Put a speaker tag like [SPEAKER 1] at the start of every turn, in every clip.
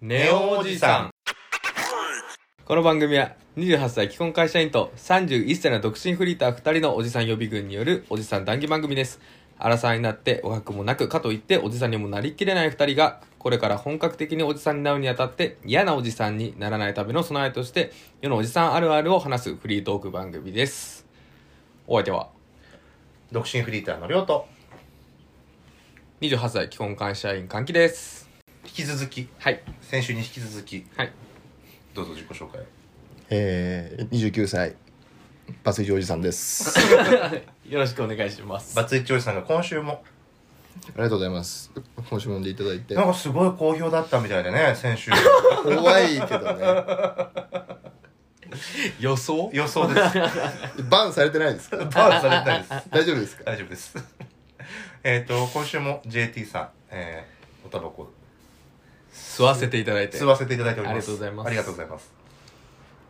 [SPEAKER 1] ネオおじさん
[SPEAKER 2] この番組は28歳既婚会社員と31歳の独身フリーター2人のおじさん予備軍によるおじさん談義番組です荒さんになっておくもなくかといっておじさんにもなりきれない2人がこれから本格的におじさんになるにあたって嫌なおじさんにならないための備えとして世のおじさんあるあるを話すフリートーク番組ですお相手は
[SPEAKER 1] 独身フリーターのりょうと
[SPEAKER 2] 28歳既婚会社員歓喜です
[SPEAKER 1] 引き続き
[SPEAKER 2] はい
[SPEAKER 1] 先週に引き続き
[SPEAKER 2] はい
[SPEAKER 1] どうぞ自己紹介
[SPEAKER 3] えー、29歳バツイチおじさんですあ
[SPEAKER 2] よろしくお願いします
[SPEAKER 1] バツイチおじさんが今週も
[SPEAKER 3] りがとうございます今週も呼んでいただいて
[SPEAKER 1] なんかすごい好評だったみたいでね先週
[SPEAKER 3] 怖いけどね
[SPEAKER 2] 予想
[SPEAKER 1] 予 想です
[SPEAKER 3] バンされてないですか
[SPEAKER 1] バンされたいです
[SPEAKER 3] 大丈夫ですか
[SPEAKER 1] 大丈夫です えっと今週も JT さん、えー、おタバコ
[SPEAKER 2] 吸わせていただいて
[SPEAKER 1] 吸わせていただいております
[SPEAKER 2] ありがとうございます
[SPEAKER 1] ありがとうございます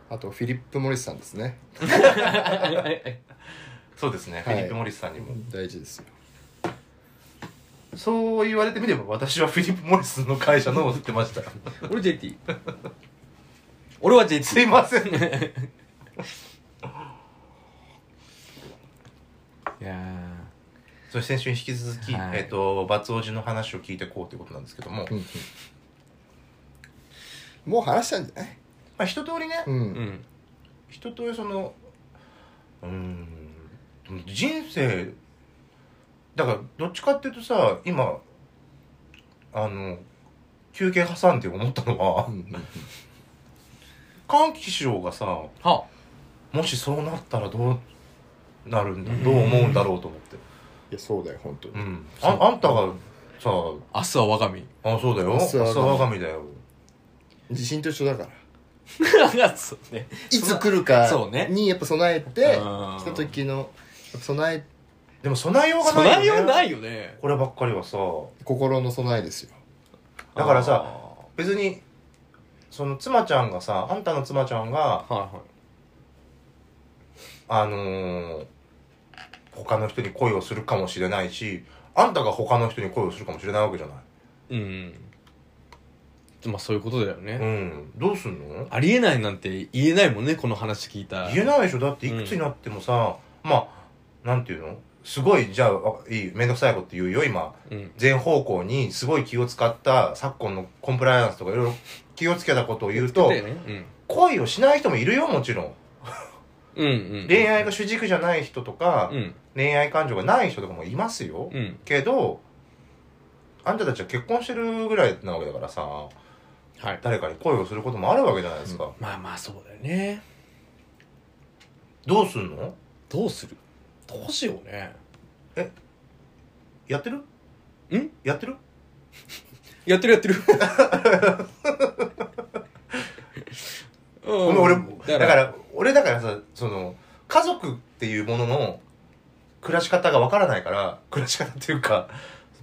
[SPEAKER 3] あとフィリップ・モリスさんですね
[SPEAKER 1] そうですね、フィリップ・モリスさんにも
[SPEAKER 3] 大事ですよ
[SPEAKER 1] そう言われてみれば私はフィリップ・モリスの会社のを売ってました
[SPEAKER 2] 俺 JT 俺は JT
[SPEAKER 1] すいませんね
[SPEAKER 2] いや
[SPEAKER 1] それ先週に引き続き、
[SPEAKER 2] はい
[SPEAKER 1] えっ、と、バツオジの話を聞いていこうということなんですけども、
[SPEAKER 3] うん
[SPEAKER 1] ま
[SPEAKER 3] うんもう話したんじゃない
[SPEAKER 1] あ一通りね、
[SPEAKER 3] うん、
[SPEAKER 2] ーうん
[SPEAKER 1] 一通りその、うーん、人生、だからどっちかっていうとさ、今、あの、休憩挟んで思ったのは
[SPEAKER 3] う、んうん
[SPEAKER 1] 歓喜師匠がさ、
[SPEAKER 2] は
[SPEAKER 1] もしそうなったらどうなるんだ、どう思うんだろうと思って。
[SPEAKER 3] いやそうだよ本当に、
[SPEAKER 1] うん。ああんたがさ、
[SPEAKER 2] あ明日は我が身
[SPEAKER 1] あ、そうだよ。
[SPEAKER 3] 明日は我が身
[SPEAKER 1] 朝我が身だよ。
[SPEAKER 3] 地震と一緒だから
[SPEAKER 2] そうね
[SPEAKER 3] いつ来るか
[SPEAKER 2] そうね
[SPEAKER 3] にやっぱ備えて
[SPEAKER 2] うん
[SPEAKER 3] 来た時のやっぱ備え
[SPEAKER 1] でも備えようがないよ、
[SPEAKER 2] 備え
[SPEAKER 1] ね。
[SPEAKER 2] ようないよね
[SPEAKER 1] こればっかりはさ、
[SPEAKER 3] 心の備えですよ
[SPEAKER 1] だからさ別にその妻ちゃんがさあんたの妻ちゃんが
[SPEAKER 2] あーはいはい
[SPEAKER 1] あのー他の人に恋をするかもしれないしあんたが他の人に恋をするかもしれないわけじゃない
[SPEAKER 2] うんまあそういうことだよね、
[SPEAKER 1] うんどうすんの
[SPEAKER 2] ありえないなんて言えないもんねこの話聞いたら
[SPEAKER 1] 言えないでしょだっていくつになってもさ、まあなんていうのすごいじゃああいい面倒くさいこと言うよ今
[SPEAKER 2] うん
[SPEAKER 1] 全方向にすごい気を使った昨今のコンプライアンスとかいろいろ気をつけたことを言うと
[SPEAKER 2] だよね
[SPEAKER 1] 恋をしない人もいるよもちろん
[SPEAKER 2] うんうんうん
[SPEAKER 1] 恋愛が主軸じゃない人とか、
[SPEAKER 2] うん
[SPEAKER 1] 恋愛感情がない人とかもいますよ、
[SPEAKER 2] うん
[SPEAKER 1] けどあんたたちは結婚してるぐらいなわけだからさ
[SPEAKER 2] はい
[SPEAKER 1] 誰かに恋をすることもあるわけじゃないですか、
[SPEAKER 2] まあまあそうだよね
[SPEAKER 1] どうすんの
[SPEAKER 2] どうするどうしようね
[SPEAKER 1] やってる
[SPEAKER 2] ん
[SPEAKER 1] やってる
[SPEAKER 2] やってるや ってる
[SPEAKER 1] ご
[SPEAKER 2] う
[SPEAKER 1] めん俺だから
[SPEAKER 2] だから
[SPEAKER 1] 俺だからさその家族っていうものの暮らし方がわからないから暮らし方っていうか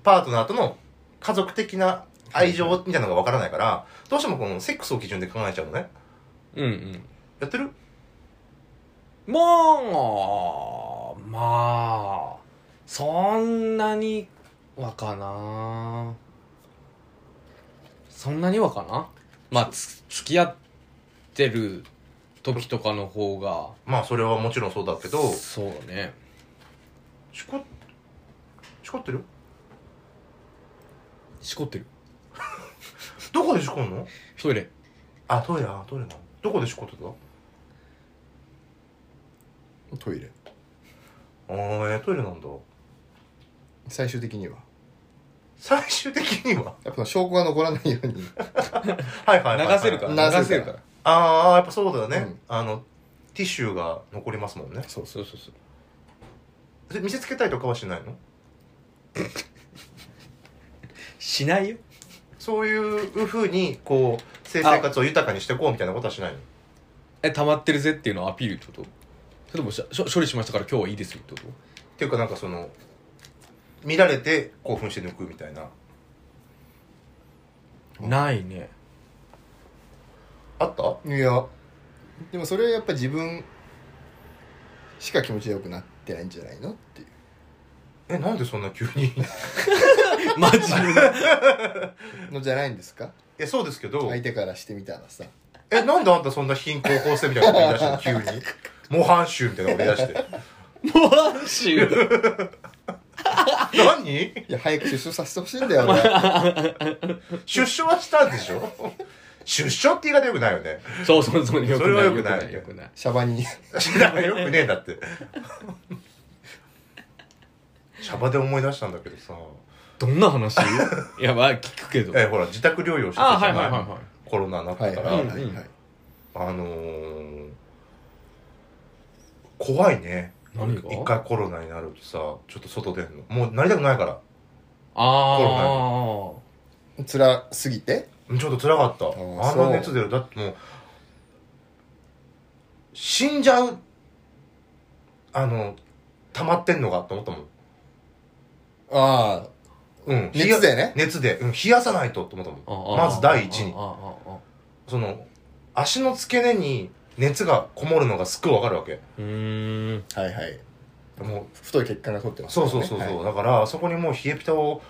[SPEAKER 1] パートナーとの家族的な愛情みたいなのがわからないからどうしてもこのセックスを基準で考えちゃうのね
[SPEAKER 2] うんうん
[SPEAKER 1] やってる
[SPEAKER 2] まあ、まあ、そんなにはかな。そんなにはかな。まあ、つ付き合ってる時とかの方が。
[SPEAKER 1] まあそれはもちろんそうだけど
[SPEAKER 2] そうね。
[SPEAKER 1] しこしこってる
[SPEAKER 2] しこってる。
[SPEAKER 1] どこでしこんの
[SPEAKER 2] トイレ。
[SPEAKER 1] あトイレあトイレなどこでしこってた
[SPEAKER 3] トイレ
[SPEAKER 1] あーえートイレなんだ
[SPEAKER 3] 最終的には
[SPEAKER 1] 最終的には
[SPEAKER 3] やっぱ証拠が残らないように
[SPEAKER 1] はいはいはい、はい、
[SPEAKER 2] 流せるから。流
[SPEAKER 3] 流せるから
[SPEAKER 2] せるから。
[SPEAKER 1] ああやっぱそうだよね、
[SPEAKER 3] うん
[SPEAKER 1] あのティッシュが残りますもんね
[SPEAKER 3] そう
[SPEAKER 2] そうそうそう。
[SPEAKER 1] で見せつけたりとかはしないの
[SPEAKER 2] しないよ。
[SPEAKER 1] そういうふうにこう性生活を豊かにしていこうみたいなことはしないの
[SPEAKER 2] え、溜まってるぜっていうのをアピールってことそれともししょ処理しましたから今日はいいですよってこと
[SPEAKER 1] っていうかなんかその見られて興奮して抜くみたいな
[SPEAKER 3] うん
[SPEAKER 2] ないね。
[SPEAKER 1] あった
[SPEAKER 3] いやでもそれはやっぱ自分しか気持ちよくなってないんじゃないのっていう
[SPEAKER 1] え なんでそんな急に
[SPEAKER 2] マジで。
[SPEAKER 3] のじゃないんですか
[SPEAKER 1] やそうですけど
[SPEAKER 3] 相手からしてみたらさ
[SPEAKER 1] えなんであんたそんな貧困法制みたいなこと言い出してるの急に模範集みたいなこと言い出して
[SPEAKER 2] 模範集
[SPEAKER 1] 何
[SPEAKER 3] いや早く出所させてほしいんだよ俺
[SPEAKER 1] 出所はしたんでしょ出所って言い方よくないよね
[SPEAKER 2] そうそうそうよくない
[SPEAKER 1] それは良くない
[SPEAKER 2] よくない
[SPEAKER 3] シャバに
[SPEAKER 1] だからよくねえんだってシャバで思い出したんだけどさ
[SPEAKER 2] どんな 話いやまあ聞くけど
[SPEAKER 1] えほら自宅療養して
[SPEAKER 2] あ
[SPEAKER 1] た
[SPEAKER 2] ー
[SPEAKER 1] じ
[SPEAKER 2] は
[SPEAKER 1] ゃ
[SPEAKER 2] い
[SPEAKER 1] な
[SPEAKER 2] はい
[SPEAKER 1] い
[SPEAKER 2] はいはい
[SPEAKER 1] コロナになっ
[SPEAKER 3] は
[SPEAKER 1] た
[SPEAKER 3] い
[SPEAKER 1] か
[SPEAKER 3] はい
[SPEAKER 1] ら、
[SPEAKER 3] はい
[SPEAKER 2] うん
[SPEAKER 3] はい、はい
[SPEAKER 1] あのー、怖いね
[SPEAKER 2] 何が
[SPEAKER 1] 一回コロナになるとさちょっと外出んのもうなりたくないから
[SPEAKER 2] あ
[SPEAKER 3] 辛すぎて
[SPEAKER 1] ちょっと辛かった
[SPEAKER 3] あー
[SPEAKER 1] あんな熱出るだってもう死んじゃうあの溜まってんのかと思ったもん
[SPEAKER 3] ああ
[SPEAKER 1] うん冷や
[SPEAKER 3] 熱でね
[SPEAKER 1] 熱で、うん、冷やさないとと思った
[SPEAKER 2] あ
[SPEAKER 1] もんまず第一に
[SPEAKER 2] ああああ
[SPEAKER 1] その足の付け根に熱がこもるのがすっごいわかるわけ
[SPEAKER 2] うーん
[SPEAKER 3] はいはい
[SPEAKER 1] もう
[SPEAKER 3] 太い血管が通ってますか
[SPEAKER 1] そ
[SPEAKER 3] ら
[SPEAKER 1] う
[SPEAKER 3] ね、
[SPEAKER 1] そうそうそう、
[SPEAKER 3] はい
[SPEAKER 1] だからそこにもう冷えピタをもう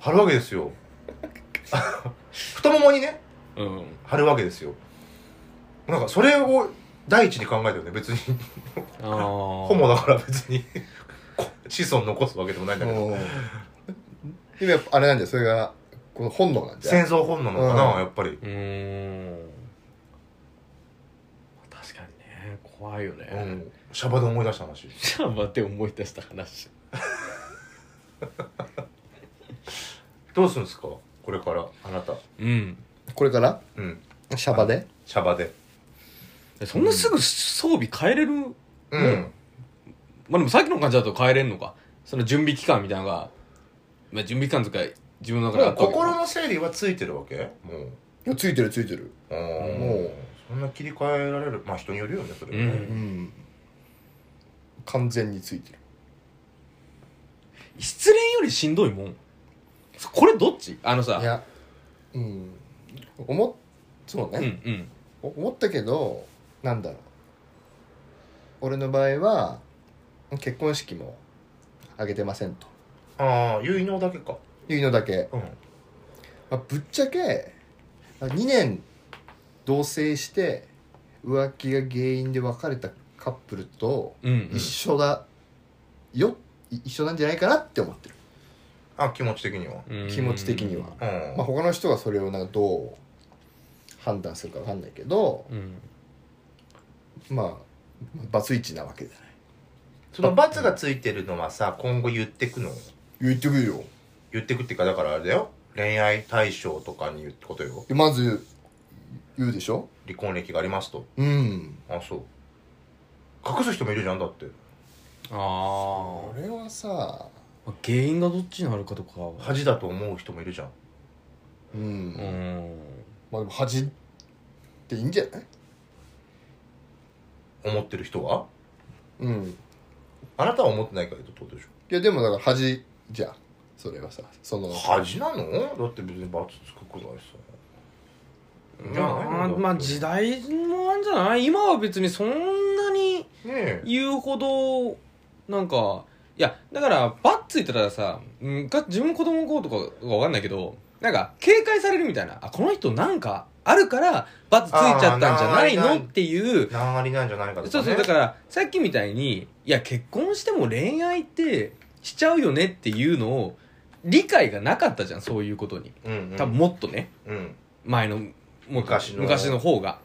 [SPEAKER 1] 貼るわけですよ 太ももにね
[SPEAKER 2] うん
[SPEAKER 1] 貼るわけですよなんかそれを第一に考えたよね別に
[SPEAKER 2] ああホ
[SPEAKER 1] ホモだから別に こ子孫残すわけでもないんだけど
[SPEAKER 3] もうでもやっぱあれなんだよそれがこの本能なんじゃ
[SPEAKER 1] 戦争本能なのかな、
[SPEAKER 3] うん
[SPEAKER 1] やっぱり
[SPEAKER 2] うーん確かにね怖いよね、
[SPEAKER 1] うんシャバで思い出した話
[SPEAKER 2] じゃあ 待って思い出した話
[SPEAKER 1] どうするんですかこれからあなた
[SPEAKER 2] うん
[SPEAKER 3] これから
[SPEAKER 1] うん
[SPEAKER 3] シャバで
[SPEAKER 1] シャバで
[SPEAKER 2] そんなすぐ装備変えれる、
[SPEAKER 1] うん、
[SPEAKER 2] うんまあでもさっきの感じだと変えれんのかその準備期間みたいなのが、まあ、準備期間とか自分の中で
[SPEAKER 1] も
[SPEAKER 2] あ
[SPEAKER 1] う
[SPEAKER 2] ったわけ
[SPEAKER 1] 心の整理はついてるわけもう
[SPEAKER 3] いやついてるついてる
[SPEAKER 1] あー
[SPEAKER 2] うん
[SPEAKER 1] もうそんな切り替えられるまあ人によるよねそれはね、
[SPEAKER 2] うん
[SPEAKER 3] うん完全についてる
[SPEAKER 2] 失恋よりしんどいもんこれどっちあのさ
[SPEAKER 3] いやうん思っそう
[SPEAKER 2] うんう
[SPEAKER 3] ね、
[SPEAKER 2] ん
[SPEAKER 3] お思ったけどなんだろう俺の場合は結婚式も挙げてませんと
[SPEAKER 1] ああ結納だけか
[SPEAKER 3] いうのだけ、
[SPEAKER 1] うん
[SPEAKER 3] まあ、ぶっちゃけ2年同棲して浮気が原因で別れたカップルと
[SPEAKER 2] うんうん
[SPEAKER 3] 一緒だよ、い一緒なんじゃないかなって思ってる、
[SPEAKER 1] あ気持ち的には
[SPEAKER 2] うん
[SPEAKER 3] 気持ち的には
[SPEAKER 1] うん、
[SPEAKER 3] まあ、他の人がそれをなんかどう判断するかわかんないけど、
[SPEAKER 2] うん
[SPEAKER 3] まあバツイチなわけじゃない
[SPEAKER 1] その罰がついてるのはさ今後言ってくの
[SPEAKER 3] 言ってくるよ
[SPEAKER 1] 言ってくっていうかだからあれだよ恋愛対象とかに言うってことよ
[SPEAKER 3] でまず言うでしょ
[SPEAKER 1] 離婚歴がありますと
[SPEAKER 3] うん
[SPEAKER 1] あそう隠す人もいるじゃんだって
[SPEAKER 2] あ
[SPEAKER 3] 俺はさ
[SPEAKER 2] あ原因がどっちにあるかとかは
[SPEAKER 1] 恥だと思う人もいるじゃん
[SPEAKER 3] うん、
[SPEAKER 2] うん
[SPEAKER 3] まあでも恥っていいんじゃない
[SPEAKER 1] 思ってる人は
[SPEAKER 3] うん
[SPEAKER 1] あなたは思ってないからってことでしょ
[SPEAKER 3] いやでもだから恥じゃんそれはさその
[SPEAKER 1] 恥なのだって別に罰つくくないさ
[SPEAKER 2] まあまあ時代もあるんじゃない今は別にそんなに
[SPEAKER 1] ねえ
[SPEAKER 2] 言うほどなんかいやだからバッついてたらさうんか自分子供の子とかが分かんないけどなんか警戒されるみたいなあこの人なんかあるからバツついちゃったんじゃない
[SPEAKER 1] あーな
[SPEAKER 2] の
[SPEAKER 1] い
[SPEAKER 2] っていう
[SPEAKER 1] 何ありなんじゃないかとか、ね、
[SPEAKER 2] そうそうだからさっきみたいにいや結婚しても恋愛ってしちゃうよねっていうのを理解がなかったじゃんそういうことに
[SPEAKER 1] うん、うん、
[SPEAKER 2] 多分もっとね、
[SPEAKER 1] うん
[SPEAKER 2] 前のもう
[SPEAKER 1] 昔の
[SPEAKER 2] 昔の方が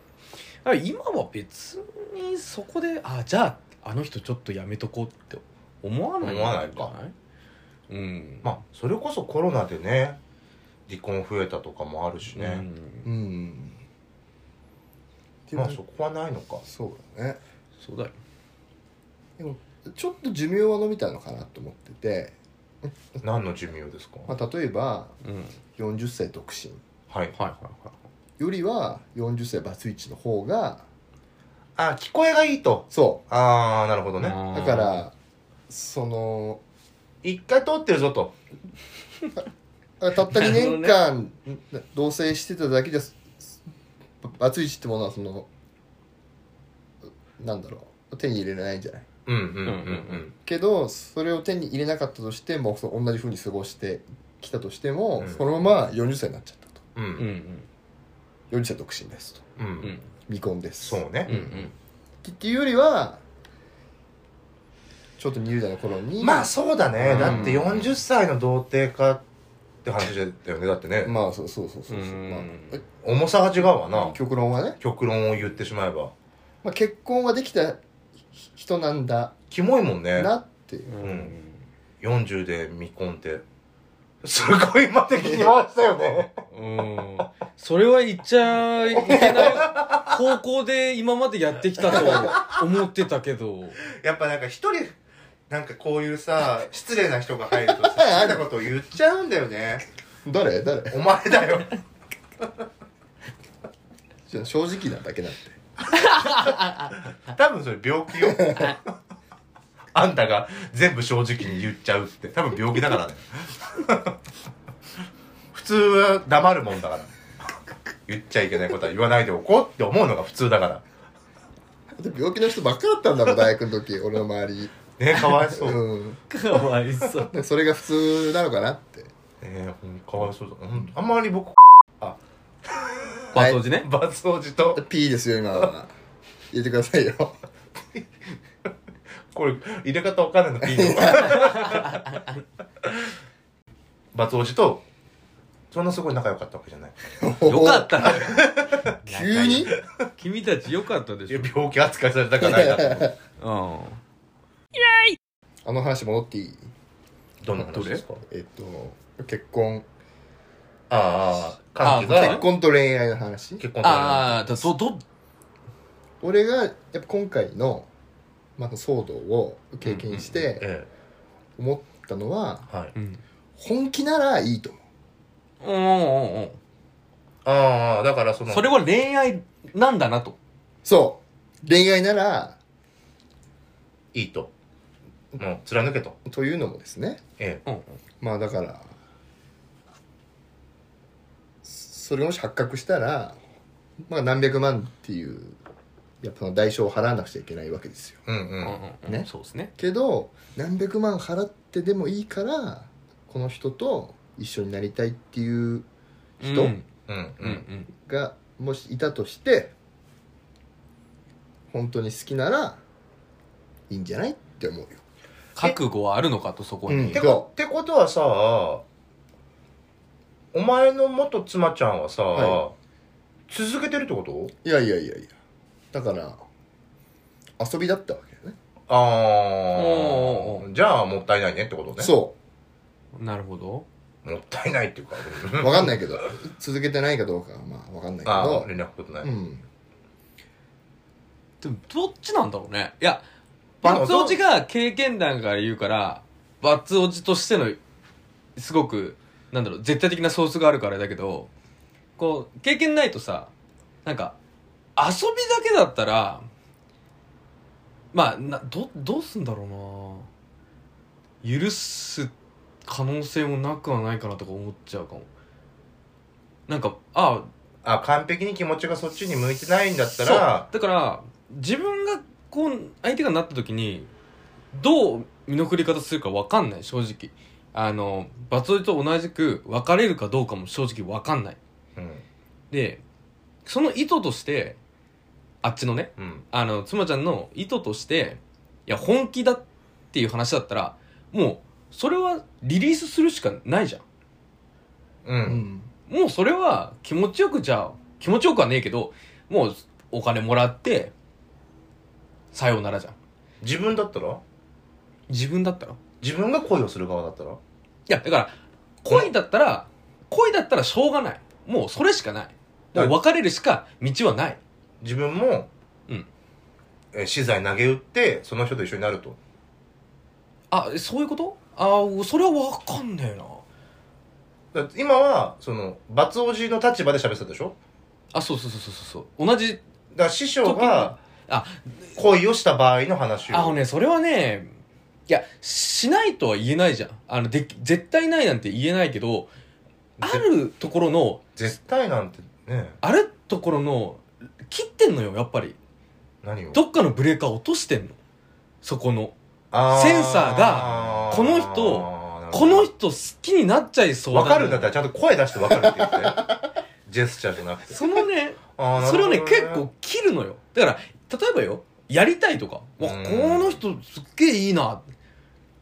[SPEAKER 2] だから今は別にそこであじゃああの人ちょっとやめとこうって思わないんじゃ
[SPEAKER 1] 思わないか
[SPEAKER 2] うん
[SPEAKER 1] まあそれこそコロナでね離婚増えたとかもあるし
[SPEAKER 2] ね、う
[SPEAKER 1] ね、
[SPEAKER 2] ん
[SPEAKER 3] うんで
[SPEAKER 1] ま
[SPEAKER 3] も
[SPEAKER 1] あそこはないのか
[SPEAKER 3] そうだね
[SPEAKER 2] そうだよ
[SPEAKER 3] ちょっと寿命は伸びたのかなと思ってて、
[SPEAKER 1] 何の寿命ですか、
[SPEAKER 3] まあ、例えば
[SPEAKER 2] うんはい
[SPEAKER 3] 40歳独身
[SPEAKER 1] はい
[SPEAKER 2] はいはい
[SPEAKER 3] よりは40歳バツイチの方が
[SPEAKER 1] あ聞こえがいいと
[SPEAKER 3] そ
[SPEAKER 1] ああなるほど
[SPEAKER 2] はい
[SPEAKER 1] ね
[SPEAKER 3] うだからその
[SPEAKER 1] 一回通ってるぞと
[SPEAKER 3] たった2
[SPEAKER 2] なるほど
[SPEAKER 3] 年
[SPEAKER 2] ね
[SPEAKER 3] 間同棲してただけじゃバツイチってものはそのなんだろう手に入れられないんじゃない
[SPEAKER 1] うんうんうんうん、
[SPEAKER 2] うんうん
[SPEAKER 3] けどそれを手に入れなかったとしてもその同じふうに過ごして来たとしても、
[SPEAKER 1] うん
[SPEAKER 3] そのまま40歳になっちゃったと
[SPEAKER 1] うんう
[SPEAKER 2] うんうんん
[SPEAKER 3] 40歳独身ですと
[SPEAKER 1] う
[SPEAKER 2] うんん
[SPEAKER 3] 未婚です
[SPEAKER 1] そうね
[SPEAKER 2] うんうん
[SPEAKER 3] っていうよりはちょっと20代の頃に
[SPEAKER 1] まあそうだね、
[SPEAKER 2] うん
[SPEAKER 1] だって40歳の童貞化って話だよねだってね、
[SPEAKER 3] まあそうそうそうそうそう
[SPEAKER 2] うん
[SPEAKER 3] まあ
[SPEAKER 1] 重さが違うわな
[SPEAKER 3] え極論はね、
[SPEAKER 1] 極論を言ってしまえば
[SPEAKER 3] まあ、結婚ができた人なんだ
[SPEAKER 1] キモいもんね
[SPEAKER 3] なっていう
[SPEAKER 2] うんうん
[SPEAKER 1] 40で未婚ってすごい今的に回したよね
[SPEAKER 2] うんそれは言っちゃいけない方向で今までやってきたと思ってたけど。
[SPEAKER 1] やっぱなんか一人なんかこういうさ失礼な人が入る とさ
[SPEAKER 3] あ
[SPEAKER 1] 失礼なことを言っちゃうんだよね
[SPEAKER 3] 誰誰
[SPEAKER 1] お前だよ
[SPEAKER 3] じゃあ正直なだけなんて
[SPEAKER 1] 多分それ病気よ あんたが全部正直に言っちゃうって多分病気だからね 普通は黙るもんだから言っちゃいけないことは言わないでおこうって思うのが普通だから
[SPEAKER 3] だって病気の人ばっかだったんだもん大学の時俺の周り
[SPEAKER 1] ねかわいそう、ね
[SPEAKER 3] うん
[SPEAKER 2] かわいそう。
[SPEAKER 3] でそれが普通なのかなって
[SPEAKER 1] えほんかわいそうだほんあんまり僕
[SPEAKER 2] バ掃除ね。
[SPEAKER 1] バツ王子と
[SPEAKER 3] P ですよ今は入れてくださいよ
[SPEAKER 1] これ入れ方わかんないのいいの バツ王子とそんなすごい仲良かったわけじゃない
[SPEAKER 2] よかったね。
[SPEAKER 3] 急に
[SPEAKER 2] 君たちよかったで
[SPEAKER 1] い
[SPEAKER 2] し
[SPEAKER 1] や
[SPEAKER 2] ょ。
[SPEAKER 1] 病気扱いされたくないなと思って
[SPEAKER 2] う
[SPEAKER 3] あの話戻っていい
[SPEAKER 1] どんな話ですか
[SPEAKER 3] えっと結婚
[SPEAKER 1] ああ、関係
[SPEAKER 2] あ
[SPEAKER 1] が
[SPEAKER 3] 結婚と恋愛の話
[SPEAKER 1] 結婚
[SPEAKER 2] ん。ああ、だそう、ど、
[SPEAKER 3] 俺がやっぱ今回の、まあ、騒動を経験して
[SPEAKER 1] え
[SPEAKER 3] 思ったのは
[SPEAKER 1] え、はい。
[SPEAKER 2] うん。
[SPEAKER 3] 本気ならいいと
[SPEAKER 2] う
[SPEAKER 3] 思
[SPEAKER 2] んうんうん
[SPEAKER 1] ああ、だからそ
[SPEAKER 2] うん。
[SPEAKER 1] の、
[SPEAKER 2] それは恋愛なんだなと。
[SPEAKER 3] うそう恋愛なら
[SPEAKER 1] いいと。もう、貫けと。
[SPEAKER 3] というのもですね
[SPEAKER 1] え
[SPEAKER 2] うんうん。
[SPEAKER 3] まあだからそれがもし発覚したら、まあ、何百万っていうやっぱその代償を払わなくちゃいけないわけですよ
[SPEAKER 1] え。うんう
[SPEAKER 2] うん
[SPEAKER 1] ん。
[SPEAKER 2] うんうん
[SPEAKER 3] ね
[SPEAKER 2] そうですね。
[SPEAKER 3] けど何百万払ってでもいいからこの人と一緒になりたいっていう人
[SPEAKER 2] うん
[SPEAKER 1] うん
[SPEAKER 2] う
[SPEAKER 1] うんん。
[SPEAKER 3] がもしいたとして本当に好きならいいんじゃないって思うよ
[SPEAKER 2] 覚悟はあるのかと、そこ
[SPEAKER 3] うん
[SPEAKER 2] に
[SPEAKER 1] て。こってことはさ、お前の元妻ちゃんはさ、
[SPEAKER 3] は
[SPEAKER 1] 続けてるってこと
[SPEAKER 3] いやいやいやいやだから遊びだったわけだね
[SPEAKER 1] あ
[SPEAKER 2] おうおうお
[SPEAKER 1] あ、じゃあもったいないねってことね。
[SPEAKER 3] そ
[SPEAKER 2] なるほど。
[SPEAKER 1] う。もったいないっていうか、
[SPEAKER 3] う分かんないけど続けてないかどうかはまあ分かんないけ
[SPEAKER 1] ああ、
[SPEAKER 3] ど
[SPEAKER 1] 連絡ことない。
[SPEAKER 3] うん
[SPEAKER 2] でも、どっちなんだろうね。いや、
[SPEAKER 1] でも
[SPEAKER 2] バツオチが経験談から言うから、バツオチとしての、すごく、なんだろう、絶対的なソースがあるからあれだけど、こう、経験ないとさ、なんか、遊びだけだったら、まあ、な、ど、どうすんだろうな許す可能性もなくはないかなとか思っちゃうかも。なんか、ああ、
[SPEAKER 1] あ、完璧に気持ちがそっちに向いてないんだった
[SPEAKER 2] そう
[SPEAKER 1] ら、
[SPEAKER 2] だから自分がこう相手がなった時にどう見送り方するか分かんない正直あのバツオリと同じく別れるかどうかも正直分かんない
[SPEAKER 1] うん。
[SPEAKER 2] でその意図としてあっちのね
[SPEAKER 1] うん。
[SPEAKER 2] あの妻ちゃんの意図としていや本気だっていう話だったらもうそれはリリースするしかないじゃん
[SPEAKER 1] う。
[SPEAKER 3] うんん
[SPEAKER 2] もうそれは気持ちよくじゃあ気持ちよくはねえけどもうお金もらってさようならじゃん
[SPEAKER 1] 自分だったら
[SPEAKER 2] 自分だったらい
[SPEAKER 1] 自分が恋をする側だったら
[SPEAKER 2] やだから恋だったら恋だったらしょうがないもうそれしかないだから別れるしか道はない
[SPEAKER 1] 自分も、
[SPEAKER 2] うん
[SPEAKER 1] えー資材投げ打ってその人と一緒になると
[SPEAKER 2] あそういうことあそれは分かんねえな
[SPEAKER 1] だって今はそのバツおじの立場で喋ってたでしょ
[SPEAKER 2] あそうそうそうそうそうそう同じ
[SPEAKER 1] だから師匠が
[SPEAKER 2] あ
[SPEAKER 1] 恋をした場合の話
[SPEAKER 2] あの
[SPEAKER 1] を、
[SPEAKER 2] ねそれはねいやしないとは言えないじゃんあのでき絶対ないなんて言えないけどあるところの
[SPEAKER 1] 絶対なんてね
[SPEAKER 2] あるところの切ってんのよやっぱり
[SPEAKER 1] 何を
[SPEAKER 2] どっかのブレーカー落としてんのそこの
[SPEAKER 1] あー
[SPEAKER 2] センサーがこの人
[SPEAKER 1] あーな
[SPEAKER 2] この人好きになっちゃいそう
[SPEAKER 1] わかるんだったたらちゃんと声出してわかるって 言って。ジェスチャーじゃなくて。
[SPEAKER 2] そのね
[SPEAKER 1] あー
[SPEAKER 2] それをね
[SPEAKER 1] なる
[SPEAKER 2] 結
[SPEAKER 1] ほど
[SPEAKER 2] 構切るのよだから例えばよやりたいとか、わ
[SPEAKER 1] うん
[SPEAKER 2] この人すっげえいいな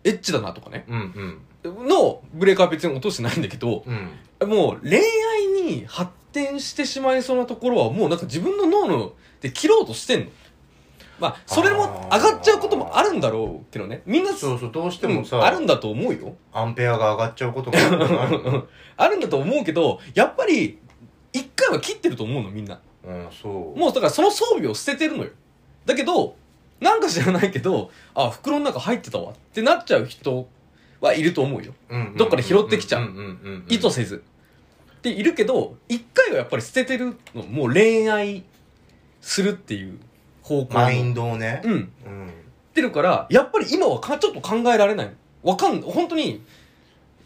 [SPEAKER 2] エッチだなとかね
[SPEAKER 1] うんうん。
[SPEAKER 2] のブレーカーは別に落としてないんだけど
[SPEAKER 1] うん。
[SPEAKER 2] もう恋愛に発展してしまいそうなところはもうなんか自分の脳ので切ろうとしてんのまあそれも上がっちゃうこともあるんだろうけどねみんな
[SPEAKER 1] そうそう、どうして
[SPEAKER 2] でも
[SPEAKER 1] もさ、
[SPEAKER 2] あるんだと思うよ
[SPEAKER 1] アンペアが上がっちゃうこともあるんだな
[SPEAKER 2] あるんだと思うけどやっぱり一回は切ってると思うのみんな
[SPEAKER 1] うん、そう。
[SPEAKER 2] もうだからその装備を捨ててるのよだけどなんか知らないけどあ袋の中入ってたわってなっちゃう人はいると思うよ
[SPEAKER 1] うんうん
[SPEAKER 2] どっかで拾ってきちゃうん
[SPEAKER 1] んんんん
[SPEAKER 2] 意図せずっているけど一回はやっぱり捨ててるのもう恋愛するっていう方向の
[SPEAKER 1] マインドをね。
[SPEAKER 2] うん
[SPEAKER 1] うん。
[SPEAKER 2] ってるからやっぱり今はかちょっと考えられないわかん本当に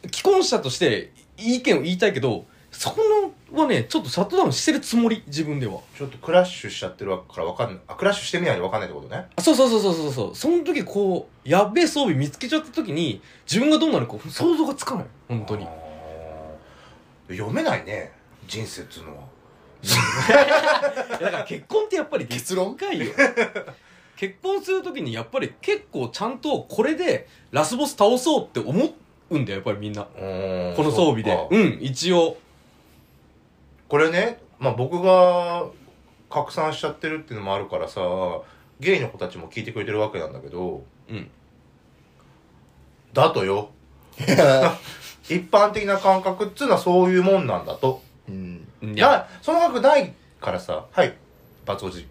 [SPEAKER 2] 既婚者として意見を言いたいけどそこのはねちょっとシャットダウンしてるつもり自分では
[SPEAKER 1] ちょっとクラッシュしちゃってるからわかんない。あ、クラッシュしてみないとわかんないってことね。
[SPEAKER 2] あそうそうそうそうそうそうその時こうやっべえ装備見つけちゃった時に自分がどうなるか想像がつかない本当に
[SPEAKER 1] あー。読めないね、人生っつうのは。
[SPEAKER 2] いやだから結婚ってやっぱり
[SPEAKER 3] 結論
[SPEAKER 2] でっか いよ結婚するときにやっぱり結構ちゃんとこれでラスボス倒そうって思うんだよやっぱりみんな
[SPEAKER 1] うーん
[SPEAKER 2] この装備で
[SPEAKER 1] そっか
[SPEAKER 2] うん一応
[SPEAKER 1] これね、まあ、僕が拡散しちゃってるっていうのもあるからさゲイの子たちも聞いてくれてるわけなんだけど
[SPEAKER 2] うん
[SPEAKER 1] だとよ一般的な感覚っつうのはそういうもんなんだと
[SPEAKER 3] うん
[SPEAKER 2] い
[SPEAKER 1] いやその額ないからさはいバツおじ